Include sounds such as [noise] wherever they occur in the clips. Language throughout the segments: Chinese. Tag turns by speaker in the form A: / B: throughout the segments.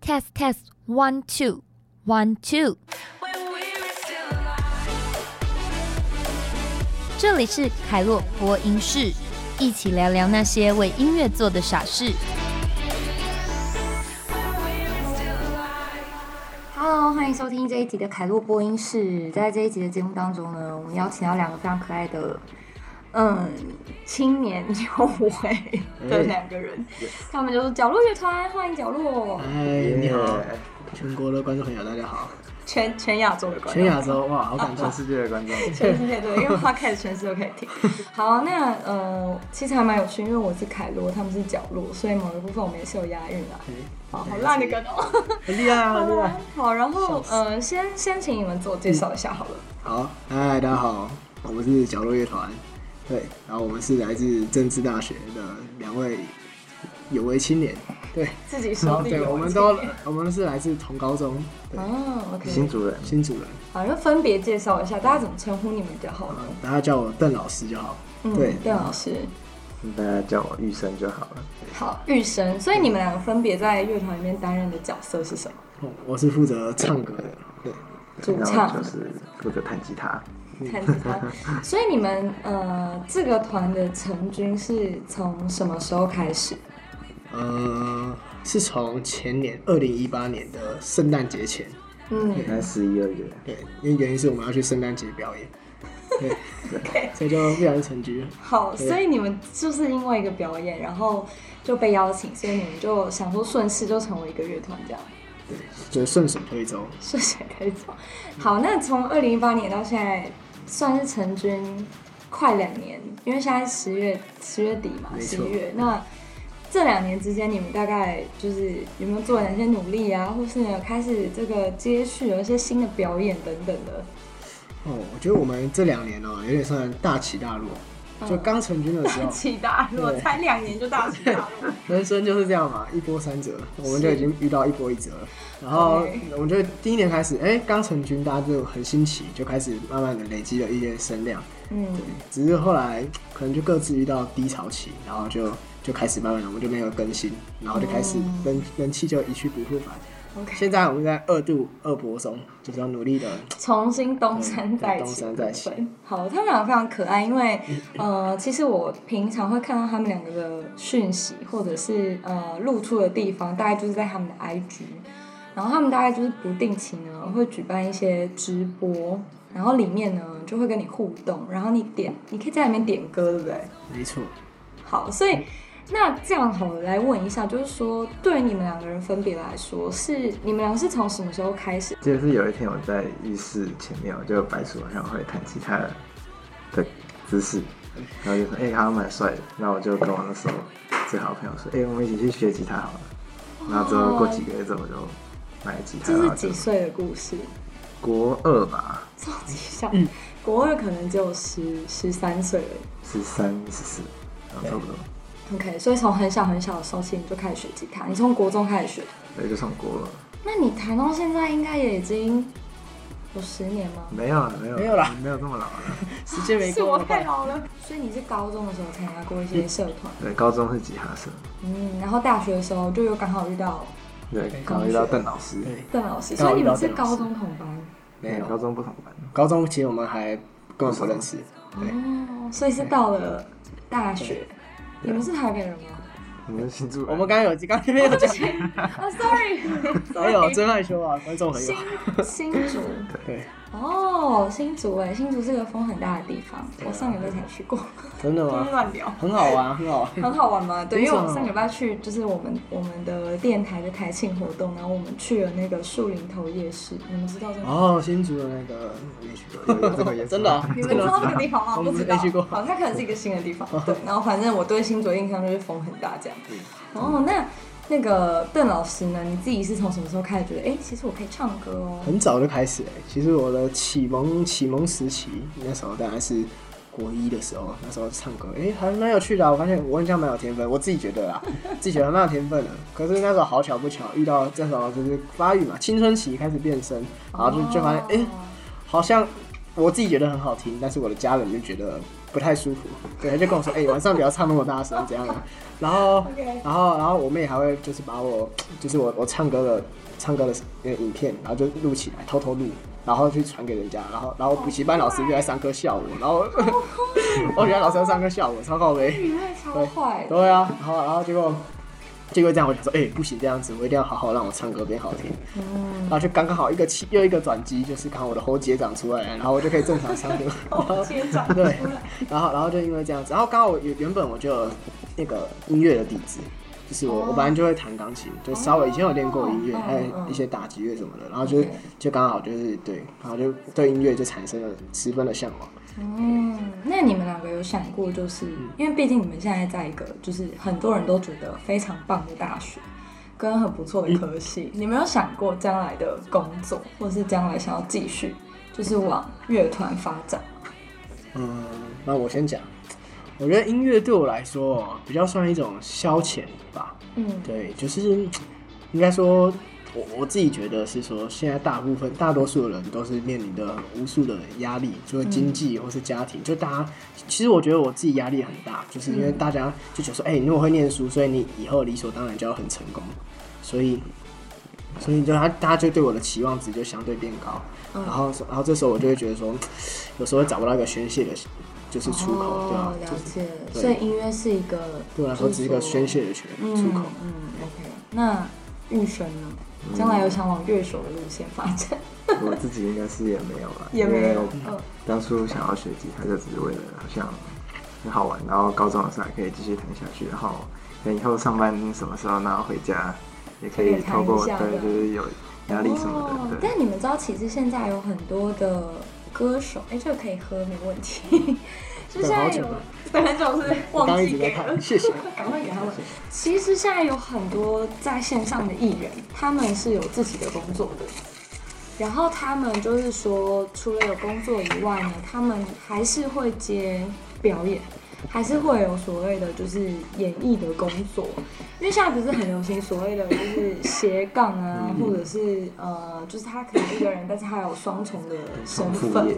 A: test test one two one two。这里是凯洛播音室，一起聊聊那些为音乐做的傻事。
B: Hello，欢迎收听这一集的凯洛播音室。在这一集的节目当中呢，我们邀请到两个非常可爱的，嗯，青年有为的两个人，他们就是角落乐团，欢迎角落，
C: 哎，你好
D: Yeah，
C: 全国的观众朋友，大家好，
B: 全全亚洲的观众，
C: 全亚洲哇，好感动
D: 全，世界的观众，
B: 全世界对，因为 podcast 全世界都可以听。好，那呃，其实还蛮有趣，因为我是凯洛，他们是角落，所以某一部分我们也是有押韵啊。好好烂的歌哦。
C: 很厉害啊，很厉害。
B: 好，然后呃，先先请你们自我介绍一下好了。
C: 好，嗨，大家好，我们是角落乐团，对，然后我们是来自政治大学的两位有为青年，对，
B: 自己手里
C: 对，
B: 有
C: 我们
B: 几
C: 都我们是来自同高中，对，
B: 哦，OK，
D: 新主人，
C: 新主人，
B: 好，就分别介绍一下，大家怎么称呼你们比较好呢？
C: 大家叫我邓老师就好，
B: 嗯，
C: 对
B: 邓老师，
D: 大家叫我玉生就好了。
B: 好，玉生。所以你们两个分别在乐团里面担任的角色是什么？
C: 哦我是负责唱歌的，对，
B: 主
D: 然后
B: 唱
D: 嗯就、是负责弹吉他，
B: 弹吉他。所以你们呃，这个团的成军是从什么时候开始？
C: 呃，是从前年二零一八年的圣诞节前，
B: 嗯，
D: 应该十一二月，
C: 对，因为原因是我们要去圣诞节表演，
B: [laughs]
C: 对，所以就不小心成局了。
B: 好，所以你们就是因为一个表演，然后就被邀请，所以你们就想说顺势就成为一个乐团这样。
C: 对，就顺水推舟。
B: 顺水推舟。好，那从二零一八年到现在，算是成军快两年，因为现在十月十月底嘛，
C: 没
B: 十
C: 错
B: 一月。那这两年之间，你们大概就是有没有做哪些努力啊，或是有开始这个接续有一些新的表演等等的？
C: 哦，我觉得我们这两年哦，有点算大起大落。就刚成军的时候，
B: 起嗯大
C: 落对
B: 才两年就大起大落。
C: 人生就是这样嘛，一波三折，我们就已经遇到一波一折了。然后
B: OK
C: 我们就第一年开始，哎、刚成军，大家就很新奇，就开始慢慢的累积了一些声量。
B: 嗯，
C: 只是后来可能就各自遇到低潮期，然后就就开始慢慢的我们就没有更新，然后就开始人、人气就一去不复返。
B: 哦 OK
C: 现在我们在二度二伯中，就是要努力的，
B: 重新东山再起，
C: 嗯对东山再起
B: 对。好，他们两个非常可爱，因为呃，其实我平常会看到他们两个的讯息，或者是呃露出的地方，大概就是在他们的 IG。然后他们大概就是不定期呢会举办一些直播，然后里面呢就会跟你互动，然后你点，你可以在里面点歌，对不对？
C: 没错。
B: 好，所
C: 嗯
B: 以那这样好了，来问一下，就是说对于你们两个人分别来说，是你们俩是从什么时候开始
D: 记得是有一天我在浴室前面，我就摆出好像会弹吉他的姿势，然后就说：“哎、好像蛮帅的。”然后我就跟我那时候最好的朋友说：“哎、我们一起去学吉他好了。”然后之后过几个月之后，我就买了吉他，
B: 这
D: 然
C: 啊
B: 是
D: 后就
B: 几岁的故事？
D: 国二吧，
B: 超级小，国二可能只有十十三岁了。
D: 十三十四，然后差不多，
B: OK，所以从很小很小的时候起你就开始学吉他，你从国中开始学，
D: 对，就上国了。
B: 那你弹到现在应该也已经有十年吗？
D: 没有啊了，没有，
C: 没有啦
D: 没有这么老了。
C: 时间没够了吧，
B: 老了。所以你是高中的时候参加过一些社团，
D: 对，高中是吉他社，
B: 嗯，然后大学的时候就又刚好遇到
D: 对，
B: 高
D: 刚好遇到邓老师，
C: 对，
B: 邓老师，所
C: 刚好
B: 以你
C: 遇
B: 们
C: 到
B: 是
C: 邓老
B: 高
C: 师
B: 中同班，
C: 没
D: 高
C: 有。
D: 中不同班，
C: 高中其实我们还根本不认识，对，
B: 哦，所以是到了大学，你们是台北人
C: [laughs]
B: 吗？
D: 我们新住，
C: 我们刚刚有刚刚没有讲，
B: 啊，sorry，
C: 哎呦，真害羞啊，观众朋友
B: [laughs] 新。新竹。
C: 对，
B: 哦，新竹哎，新竹是个风很大的地方，
C: 啊
B: 我上礼拜才去过，
C: 真的吗？
B: [laughs] 乱聊，
C: 很好玩，很好玩。
B: 很好玩吗？对，因为
C: 真的哦
B: 我上礼拜去就是我们我们的电台的台庆活动，然后我们去了那个树林头夜市，你们知道这个？
C: 哦，新竹的那个也去过，
D: 有这个也
C: [laughs] 真的啊，
B: 你们知道这个地方吗？
C: 我
B: 不
C: 们
B: 知道
C: 没去过，
B: 好，那可能是一个新的地
C: [laughs]
B: 方。对，然后反正我对新竹的印象就是风很大这样。哦，那那个邓老师呢？你自己是从什么时候开始觉得，哎，其实我可以唱歌哦？
C: 很早就开始、欸。其实我的启蒙启蒙时期，那时候大概是国一的时候，那时候唱歌，哎、还蛮有趣的、啊。我发现我好像蛮有天分，我自己觉 [laughs] 得啦，自己觉得还蛮有天分的。可是那时候好巧不巧，遇到这时候就是发育嘛，青春期开始变声，然后就就发现，哎、好像我自己觉得很好 [laughs] 听，但是我的家人就觉得不太舒服，对，他就跟我说，哎、晚上不要唱那么大声，怎样的。然后
B: OK
C: 然后然后我妹还会就是把我就是我我唱歌的唱歌的那个影片，然后就录起来，偷偷录，然后去传给人家，然后然后补习班老师就在上课笑我，然后 [laughs] 我学校老师在上课笑我，超靠背。
B: 你妹超坏的，
C: 对啊，然后然后结果结果这样，我想说，哎、不行这样子，我一定要好好让我唱歌变好听。
B: 嗯
C: 然后就刚刚好一个起又一个转机，就是刚好我的喉结长出来了，然后我就可以正常唱
B: [laughs]
C: 歌。然后
B: 接长出
C: 对
B: 来，
C: 然后然后就因为这样子，然后刚好我原原本我就有那个音乐的底子，就是
B: 哦
C: 我、我本来就会弹钢琴，就稍微以前有练过音乐，
B: 嗯
C: 还有一些打击乐什么的，然后就就刚好就是对，然后就对音乐就产生了十分的向往。
B: 嗯，那你们两个有想过，就是
C: 嗯
B: 因为毕竟你们现在在一个就是很多人都觉得非常棒的大学，跟很不错
C: 嗯
B: 的科系，你们有想过将来的工作，或是将来想要继续就是往乐团发展？
C: 嗯，那我先讲，我觉得音乐对我来说哦比较算一种消遣吧。
B: 嗯，
C: 对，就是应该说，我我自己觉得是说，现在大部分大多数的人都是面临的无数的压力，就是经
B: 嗯
C: 济或是家庭，就大家其实我觉得我自己压力很大，就是因为
B: 嗯
C: 大家就觉得说，哎、你那么会念书，所以你以后理所当然就要很成功，所以。所以就他，大家就对我的期望值就相对变高，
B: 嗯
C: 然后，然后这时候我就会觉得说，有时候会找不到一个宣泄的，就是出口，对
B: 哦、、
C: 吧就
B: 了
C: 是
B: 解，
C: 对
B: 所以音乐是一个
C: 对我来说只是一个宣泄的渠
B: 嗯
C: 出口。嗯
B: 嗯，OK，那玉生呢？将来有想往乐手的路线发展？
D: 我自己应该是也没有了，
B: [laughs] 也没有
D: 因为
B: 嗯
D: 当初想要学吉他，就只是为了好像很好玩，然后高中的时候还可以继续弹下去，然后可能以后上班什么时候，然后回家也可
B: 可
D: 以
B: 以弹
D: 透过
B: 一下
D: 对，
B: 的
D: 就是有压力什么
B: 哦
D: 的，对
B: 但你们知道，其实现在有很多的歌手，哎，这个可以喝没问题。 [laughs] 就现在 [laughs] 有，等很久是
C: 我
B: 忘
C: 刚刚一
B: 记
C: 直在
B: 给了
C: 看，，谢谢。
B: 赶快给他们。其实现在有很多在线上的艺人，他们是有自己的工作的。然后他们就是说，除了有工作以外呢，他们还是会接表演，还是会有所谓的就是演艺的工作。因为现在不是很流行所谓的就是斜杠啊，或者是呃，就是他可能一个人，但是他有双重的身
D: 副
B: 份
D: 业，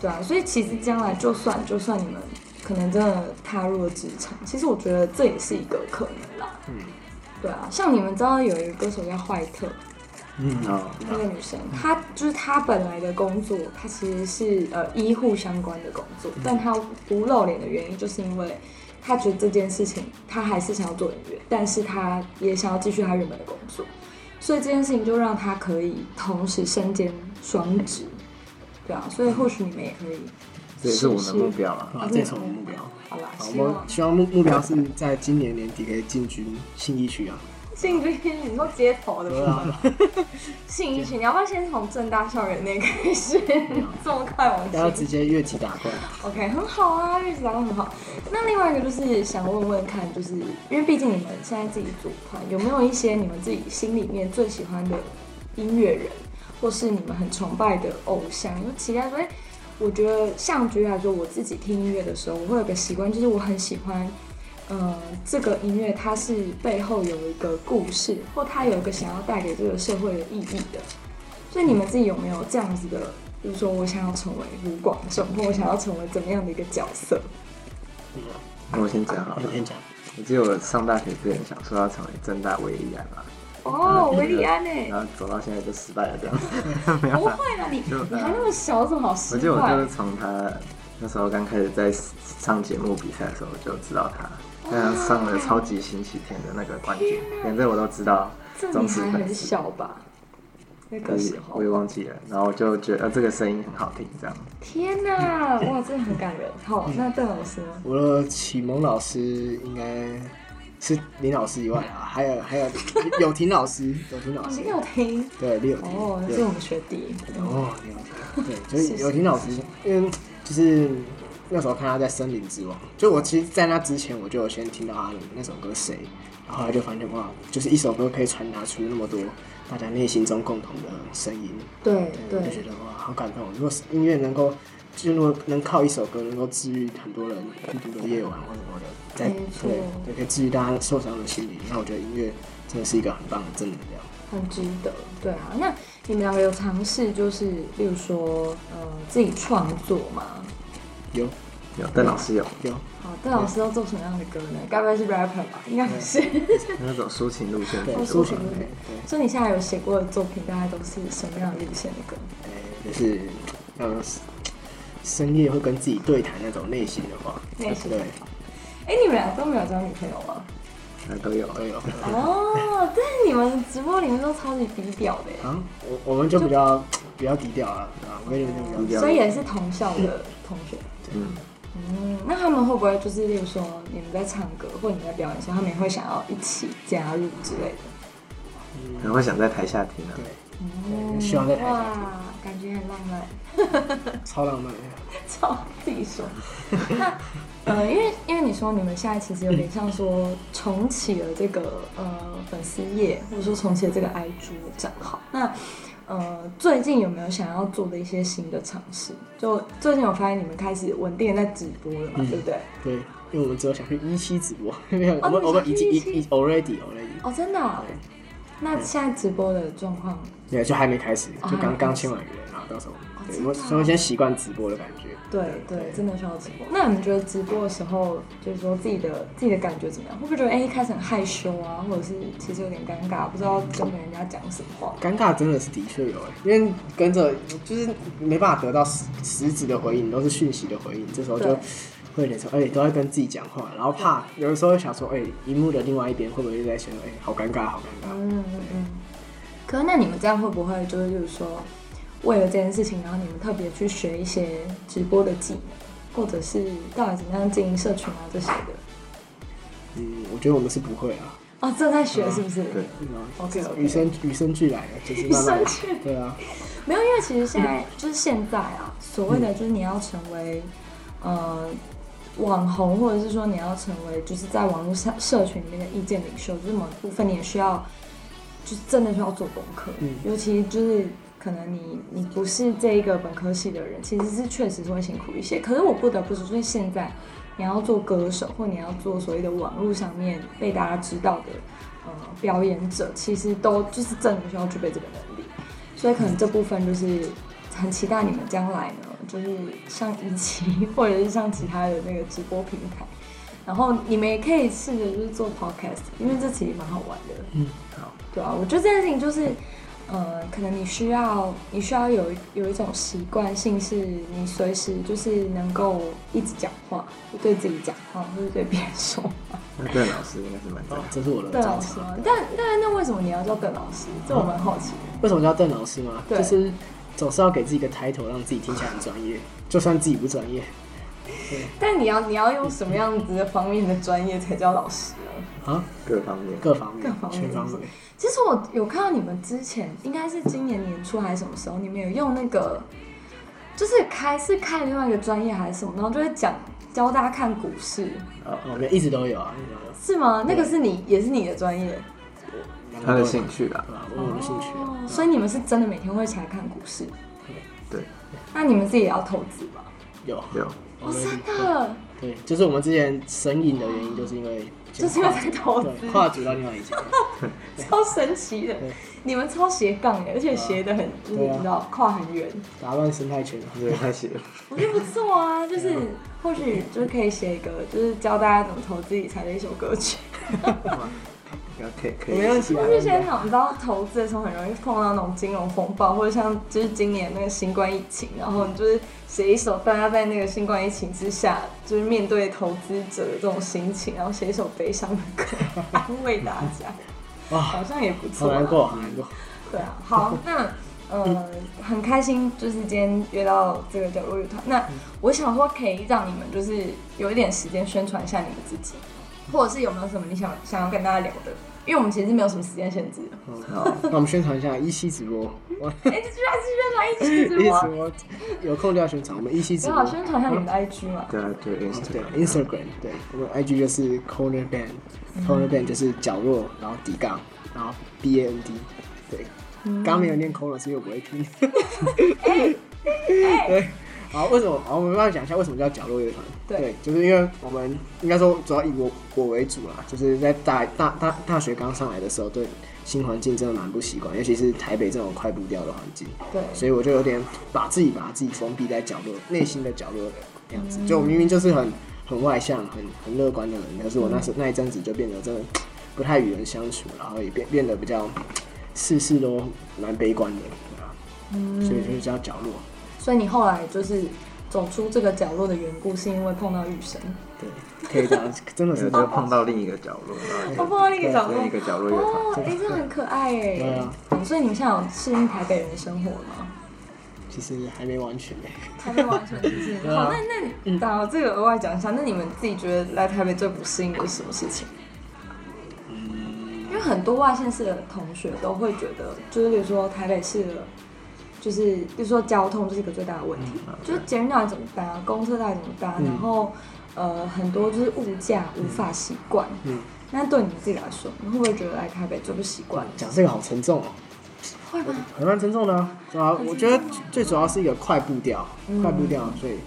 B: 对啊。所以其实将来就算就算你们可能真的踏入了职场，其实我觉得这也是一个可能啦。嗯，对啊，像你们知道有一个歌手叫坏特，
C: 嗯
D: 然
C: 啊
B: 那
D: 后
B: 个女生，她就是她本来的工作，她其实是呃医护相关的工
D: 嗯
B: 作，但她不露脸的原因，就是因为她觉得这件事情，她还是想要做音乐，但是她也想要继续她原本的工作，所以这件事情就让她可以同时身兼双职，对啊，所以或许你们也可以，
D: 这也是我们的目标啊。
B: [laughs]
C: 啊，这也是我们目标。
B: 好啦，
C: 好，
B: 希
C: 我们
B: 望
C: 希望目目标是在今年年底可以进军信义区啊。
B: 信这边你说街头的部
C: 对
B: 分吗
C: 啊，
B: 信义区，你要不要先从正大校园那开始，这么快往
C: 要
B: 前
C: 直接越级打怪。
B: OK，很好啊，日子打得很好。那另外一个就是想问问看，就是因为毕竟你们现在自己组团，有没有一些你们自己心里面最喜欢的音乐人，或是你们很崇拜的偶像？就期待说，哎、我觉得像举例来说，我自己听音乐的时候，我会有个习惯，就是我很喜欢，呃，这个音乐它是背后有一个故事，或它有一个想要带给这个社会的意义的。所以你们自己有没有这样子的，比如说我想要成为卢广仲，或我想要成为怎么样的一个角色？
D: 那我先讲好
C: 我
D: 了，
C: 先讲，
D: 我记得我上大学之前想说要成为正大啊维利安嘛，
B: 哦，维利安呢？
D: 然后走到现在就失败了这样。
B: 不会啊啦，你
D: 就
B: 你还那么小，怎么好啊失
D: [laughs] 我记得我
B: 败
D: 就是？从他那时候刚开始在上节目比赛的时候，我就知道他，但他上了超级星期天的那个冠军，连这我都知道，
B: 这你
D: 忠实
B: 还
D: 粉
B: 很
D: 丝。
B: 小吧？那
D: 我
B: 个时
D: 也
B: 候
D: 我也，忘记了，然后我就觉得、呃、这个声音很好听，这样。
B: 天 [laughs] 哪，哇，真的很感人。好，那邓老师呢？
C: 我的启蒙老师应该是林老师以外啊，还有还有有婷老师，有婷老
B: 哦，
C: 师
B: 你，有听？
C: 对，李有婷，
B: 哦，那
C: 对
B: 是我们学弟。
C: 哦，了解。
B: [laughs]
C: 对，就是
B: 谢谢
C: 有听老师，因为就是那时候看他在《森林之王》，就我其实，在那之前我就有先听到他的那首歌《谁》，然后后来就发现哇，就是一首歌可以传达出那么多大家内心中共同的声音，
B: 对
C: 我就觉
B: 对，
C: 得哇，好感动。如果是音乐能够，就如果能靠一首歌能够治愈很多人孤独的夜晚或者什么的，在
B: 没错
C: 对对，可以治愈大家受伤的心灵，那我觉得音乐真的是一个很棒的正能量。
B: 很值得。对啊，那你们两个有尝试就是，例如说，呃，自己创作吗？
C: 有，
D: 有，但老师有，
C: 有
B: 好，邓老师都做什么样的歌呢？该不会是 rapper 吧？应该不是。
D: 那种抒情路线
C: 对
D: 居
B: 哦
D: 多
B: 抒
D: 吧，
B: 情路
C: 对
B: 线。 [laughs] 所以你现在有写过的作品，大概都是什么样的路线的歌？
C: 呃，就是呃深夜会跟自己对谈那种类型的话，
B: 类型
C: 对
B: 哎，你们俩都没有交女朋友吗？
D: 那都有。
C: 都有。
B: 哦，但是你们直播里面都超级低调的耶，
C: 啊，我我们就比较比较低调了啊，我跟你们就比较低
D: 调
B: 所以也是同校的同学。
D: 嗯，
B: 嗯，那他们会不会就是，例如说你们在唱歌或者你在表演的时候，他们也会想要一起加入之类的？
D: 然后想在台下听啊，
C: 对，
B: 嗯，
C: 希望在台下
B: 哇，感觉很浪漫。
C: 超浪漫的。
B: [laughs] 照自己说。那呃，因为因为你说你们现在其实有点像说呃重启了这个呃粉丝页，或者说重启了这个 IG 的账号。那呃，最近有没有想要做的一些新的尝试？就最近有发现你们开始稳定地在直播了嘛，对不对？
C: 对，因为我们只有想去一期直播，没有，
B: 哦
C: 我们
B: 你
C: 我
B: 想
C: 们
B: 去
C: 已经已
B: 一期
C: 已 already already，
B: 哦，真的啊、
C: 对
B: 那现在直播的状况，
C: 对，就还没开始，
B: 哦
C: 就
B: 还
C: 刚
B: 没
C: 刚
B: 开始
C: 签完约，然后到时候，对，
B: 真
C: 我
B: 的啊
C: 所以我先习惯直播的感觉。
B: 对对，真的需要直播。那你们觉得直播的时候，就是说自己的自己的感觉怎么样？会不会觉得哎、一开始很害羞啊，或者是其实有点尴尬，不知道跟人家讲什么话？
C: 尴尬真的是的确有哎，因为跟着就是没办法得到实实质的回应，都是讯息的回应，这时候就
B: 对
C: 会有点说，哎、都在跟自己讲话，然后怕有的时候想说，哎、荧幕的另外一边会不会又在想，哎、好尴尬，好尴尬，
B: 嗯嗯嗯。可是那你们这样会不会就是，就是说，为了这件事情，然后你们特别去学一些直播的技能，或者是到底怎么样经营社群啊这些的？
C: 嗯，我觉得我们是不会啊，
B: 哦，正在学是不是？
D: 对，
C: 嗯啊
B: OK，OK
C: 与生与生俱来的，就是慢慢
B: 与生俱来
C: 对啊，
B: 没有，因为其实现在就是现在啊，所谓的就是你要成为呃网红，或者是说你要成为就是在网络社社群里面的意见领袖，就是某一部分你也需要，就是真的需要做功课，
C: 嗯
B: 尤其就是。可能你你不是这一个本科系的人，其实是确实是会辛苦一些。可是我不得不说，就是现在你要做歌手，或你要做所谓的网络上面被大家知道的呃表演者，其实都就是真的需要具备这个能力。所以可能这部分就是很期待你们将来呢，就是像一期或者是像其他的那个直播平台，然后你们也可以试着就是做 podcast，因为这其实蛮好玩的。
C: 嗯，
D: 好，
B: 对啊，我觉得这件事情就是，呃，可能你需要你需要有一有一种习惯性，是你随时就是能够一直讲话，就对自己讲话，或者对别人说话。
D: 那邓老师应该是蛮赞
C: 哦
D: 的，，
C: 这是我的
B: 邓老
C: 专
B: 师
C: 长。
B: 吗？但但那为什么你要叫邓老师？这我蛮好奇的。
C: 为什么叫邓老师嘛？
B: 对
C: 就是总是要给自己一个 title，让自己听起来很专业，就算自己不专业，
B: 但你要你要用什么样子的方面的专业才叫老师啊？
C: 啊，
D: 各方面。
C: 各方面
B: 各方面
C: 全方
B: 是
C: 位
B: 不是。其实我有看到你们之前，应该是今年年初还是什么时候，你们有用那个，就是开是看另外一个专业还是什么，然后就会讲教大家看股市，
C: 哦，我们一直都有啊，一直都有
B: 是吗？那个是你也是你的专业，
C: 两个
D: 他
C: 都
D: 的
C: 有
D: 兴趣啦
C: 对，吧？我有我的兴趣啊，
B: 哦，所以你们是真的每天会起来看股市，
D: 对，
B: 那你们自己也要投资吧？
C: 有
D: 有，
B: 哦，
C: already，
B: 真的，
C: 对，对就是我们之前神隐的原因，就是因为
B: 就是因为在投资
C: 对跨足到另外一家，
B: 超神奇的
C: 对，
B: 你们超斜杠的，而且斜的很，就是
C: 对啊
B: 你知道跨很远。
C: 打乱生态圈啊。
D: 这也太邪了。
B: 我觉得不错啊，就是或许就是可以写一个，就是教大家怎么投资理财的一首歌曲。
D: 要可以可以，
C: 没问题啊
B: 因，为现在你知道投资的时候很容易碰到那种金融风暴，或者像就是今年那个新冠疫情，然后你就是写一首大家在那个新冠疫情之下，就是面对投资者的这种心情，然后写一首悲伤的歌安慰大家，
C: [laughs] 哇，
B: 好像也不错、
C: 好
B: 啊。
C: 难过，好难过。
B: 对啊，
D: [laughs]
B: 好，那呃，很开心，就是今天约到这个角落乐团。那
D: 嗯
B: 我想说，可以让你们就是有一点时间宣传一下你们自己，或者是有没有什么你想想要跟大家聊的？因为我们其实没有什么时间限制的。
D: 好，
C: 那我们宣传一下一期直播，我
B: 哎、这居然是宣传一起
C: 一
B: 直
C: 期
B: 播
D: [laughs]
C: 直，播有空就要宣传，我们一期直
B: 正
C: 播
B: 好。宣传一下你们的 IG 嘛。
D: 对啊，对
C: 哦对
D: Instagram，
C: ，Instagram，对，我们 IG 就是 Corner Band，Corner Band 就是角落，然后底杠，然后 B A N D，对，刚刚没有念 Corner 是因为我不会拼。对，好，为什么？好，我们慢慢讲一下为什么叫角落乐团。
B: 对
C: 对，就是因为我们应该说主要以我我为主啦，就是在大大大大学刚上来的时候，对新环境真的蛮不习惯，尤其是台北这种
D: 嗯
C: 快步调的环境。
B: 对，
C: 所以我就有点把自己把自己封闭在角落，内心的角落这样子。就我明明就是很很外向、很很乐观的人，可是我那时候那一阵子就变得真的不太与人相处，然后也变变得比较事事都蛮悲观的，对吧？所以就是比较角落。
B: 所以你后来就是走出这个角落的缘故，是因为碰到雨神。
D: 嗯
C: 对，可以这样，真的
D: 有
C: 是
D: 就碰到另一个角落，然后
B: 碰到另一个角
D: 就
B: 落
D: 另一个角落乐团。
B: 哦，哎、这很可爱哎、
C: 对啊
B: 嗯所以你们现在有适应台北人的生活吗？
C: 其实还没完全、 [laughs] 欸。
B: 还没完全适应。好，那那你，当然这个额外讲一下，那你们自己觉得来台北最不适应的是什么事情？因为很多外县市的同学都会觉得，就是比如说台北市的，就是比如说交通就是一个最大的问题嘛，就是捷运到底怎么搭，公车到底怎么搭，然后呃很多就是物价无法习惯。
C: 嗯，
B: 那对你们自己来说，你会不会觉得来台北最不习惯？
C: 讲这个好沉重哦、
B: 会吗？
C: 还蛮沉重的、啊，对啊，我觉得最主要是一个快步调，
B: 嗯
C: 快步调，所以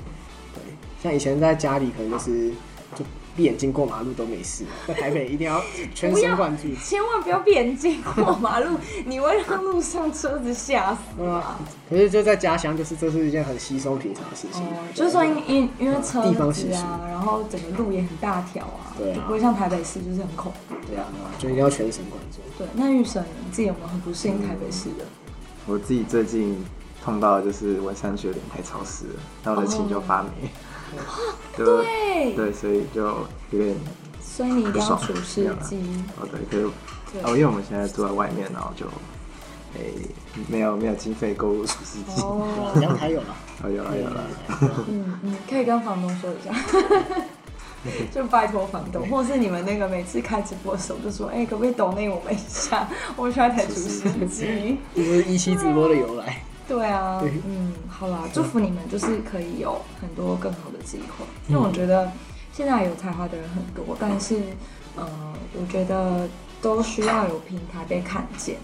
C: 对，像以前在家里可能就是就闭眼睛过马路都没事， [laughs] 在台北一定要全神贯注，
B: 千万不要闭眼睛过马路，你会让路上车子吓死。
C: 对啊。可是就在家乡，就是这是一件很稀松平常的事情
B: 哦，，就是说因因因为车
C: 地方
B: 子
C: 习俗
B: 啊，然后整个路也很大条啊，
C: 对啊
B: 就不会像台北市就是很恐怖。
C: 对啊，对啊就一定要全神贯注。
B: 对，那玉神你自己有没有很不适
C: 嗯
B: 应台北市的？
D: 我自己最近碰到的就是文山区有点太潮湿了，然后我的琴就发霉， [laughs] 就
B: 哦对
D: 对，所以就有点
B: 所以你一定要除湿
C: 啊 [laughs]
B: 机。
D: 哦对，可是
B: 对
D: 哦，因为我们现在住在外面，然后就诶、没有没有经费购入除湿机，哦
C: 你
B: 哦，
C: 要还有
B: [laughs]
C: 啊啦，
D: 有了有了，
B: 嗯嗯，可以跟房东说一
C: [laughs]
B: 下，就拜托房东，或是你们那个每次开直播的时候就说，哎、可不可以抖内我们一下？我们需要一台除湿机。
C: 这就是一期直播的由来。
B: 对啊
C: 对，
B: 嗯，好啦，祝福你们，就是可以有很多更好的机会。因为我觉得现在有才华的人很多，但是呃，我觉得都需要有平台被看见，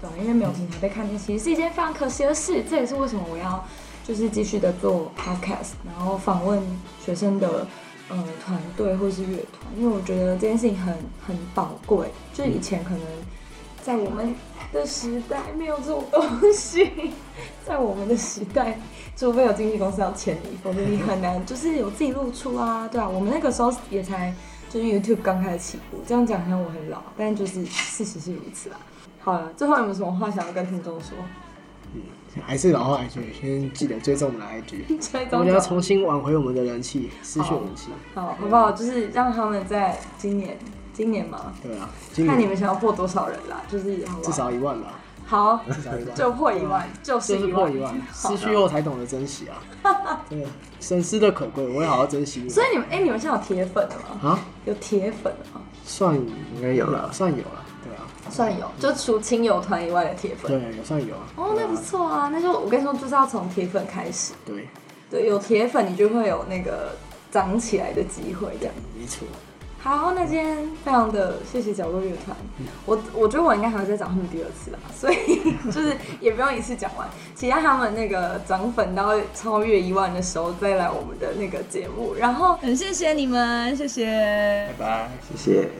B: 对啊、因为没有平台被看见，其实是一件非常可惜的事。这也是为什么我要就是继续的做 podcast，然后访问学生的呃团队或是乐团，因为我觉得这件事情很很宝贵，就是以前可能。在我们的时代没有这种东西， [laughs] 在我们的时代，除非有经纪公司要签你，否则你很难就是有自己露出啊，对啊，我们那个时候也才就是 YouTube 刚开始起步，这样讲好像我很老，但就是事实是如此啊。好了，最后有没有什么话想要跟听众说？ [laughs]
C: 还是老话一句，先记得追踪我们的 IG，
B: 追
C: 我
B: 踪
C: 们要
B: 者
C: 重新挽回我们的人气，失去人气。
B: 好，好不好？就是让他们在今年，今年嘛，
C: 对啊，今
B: 看你
C: 年
B: 们想要破多少人啦，就是好不好
C: 至少一万吧，
B: 好，
C: 至少一万。
B: 就破一万，就是
C: 就是
B: 一
C: 破
B: 万
C: 一万，失去后才懂得珍惜啊！
B: [laughs]
C: 真的，损失的可贵，我会好好珍惜你。
B: 所以你们，哎、你们现在有铁粉了吗？
C: 啊，
B: 有铁粉了吗？
C: 算
D: 应该有了，
C: 算有了，对啊，
B: 算有，就除亲友团以外的铁粉。
C: 对，有算有啊。
B: 嗯哦，那不错啊，那就我跟你说，就是要从铁粉开始。
C: 对，
B: 对，有铁粉，你就会有那个长起来的机会，这样。
C: 没错，
B: 好，那今天非常的谢谢角落乐团，我我觉得我应该还会再找他们第二次啦，所以就是也不用一次讲完，期待他们那个涨粉到超越一万的时候再来我们的那个节目，然后
E: 很谢谢你们，谢谢。
C: 拜拜。
D: 谢谢。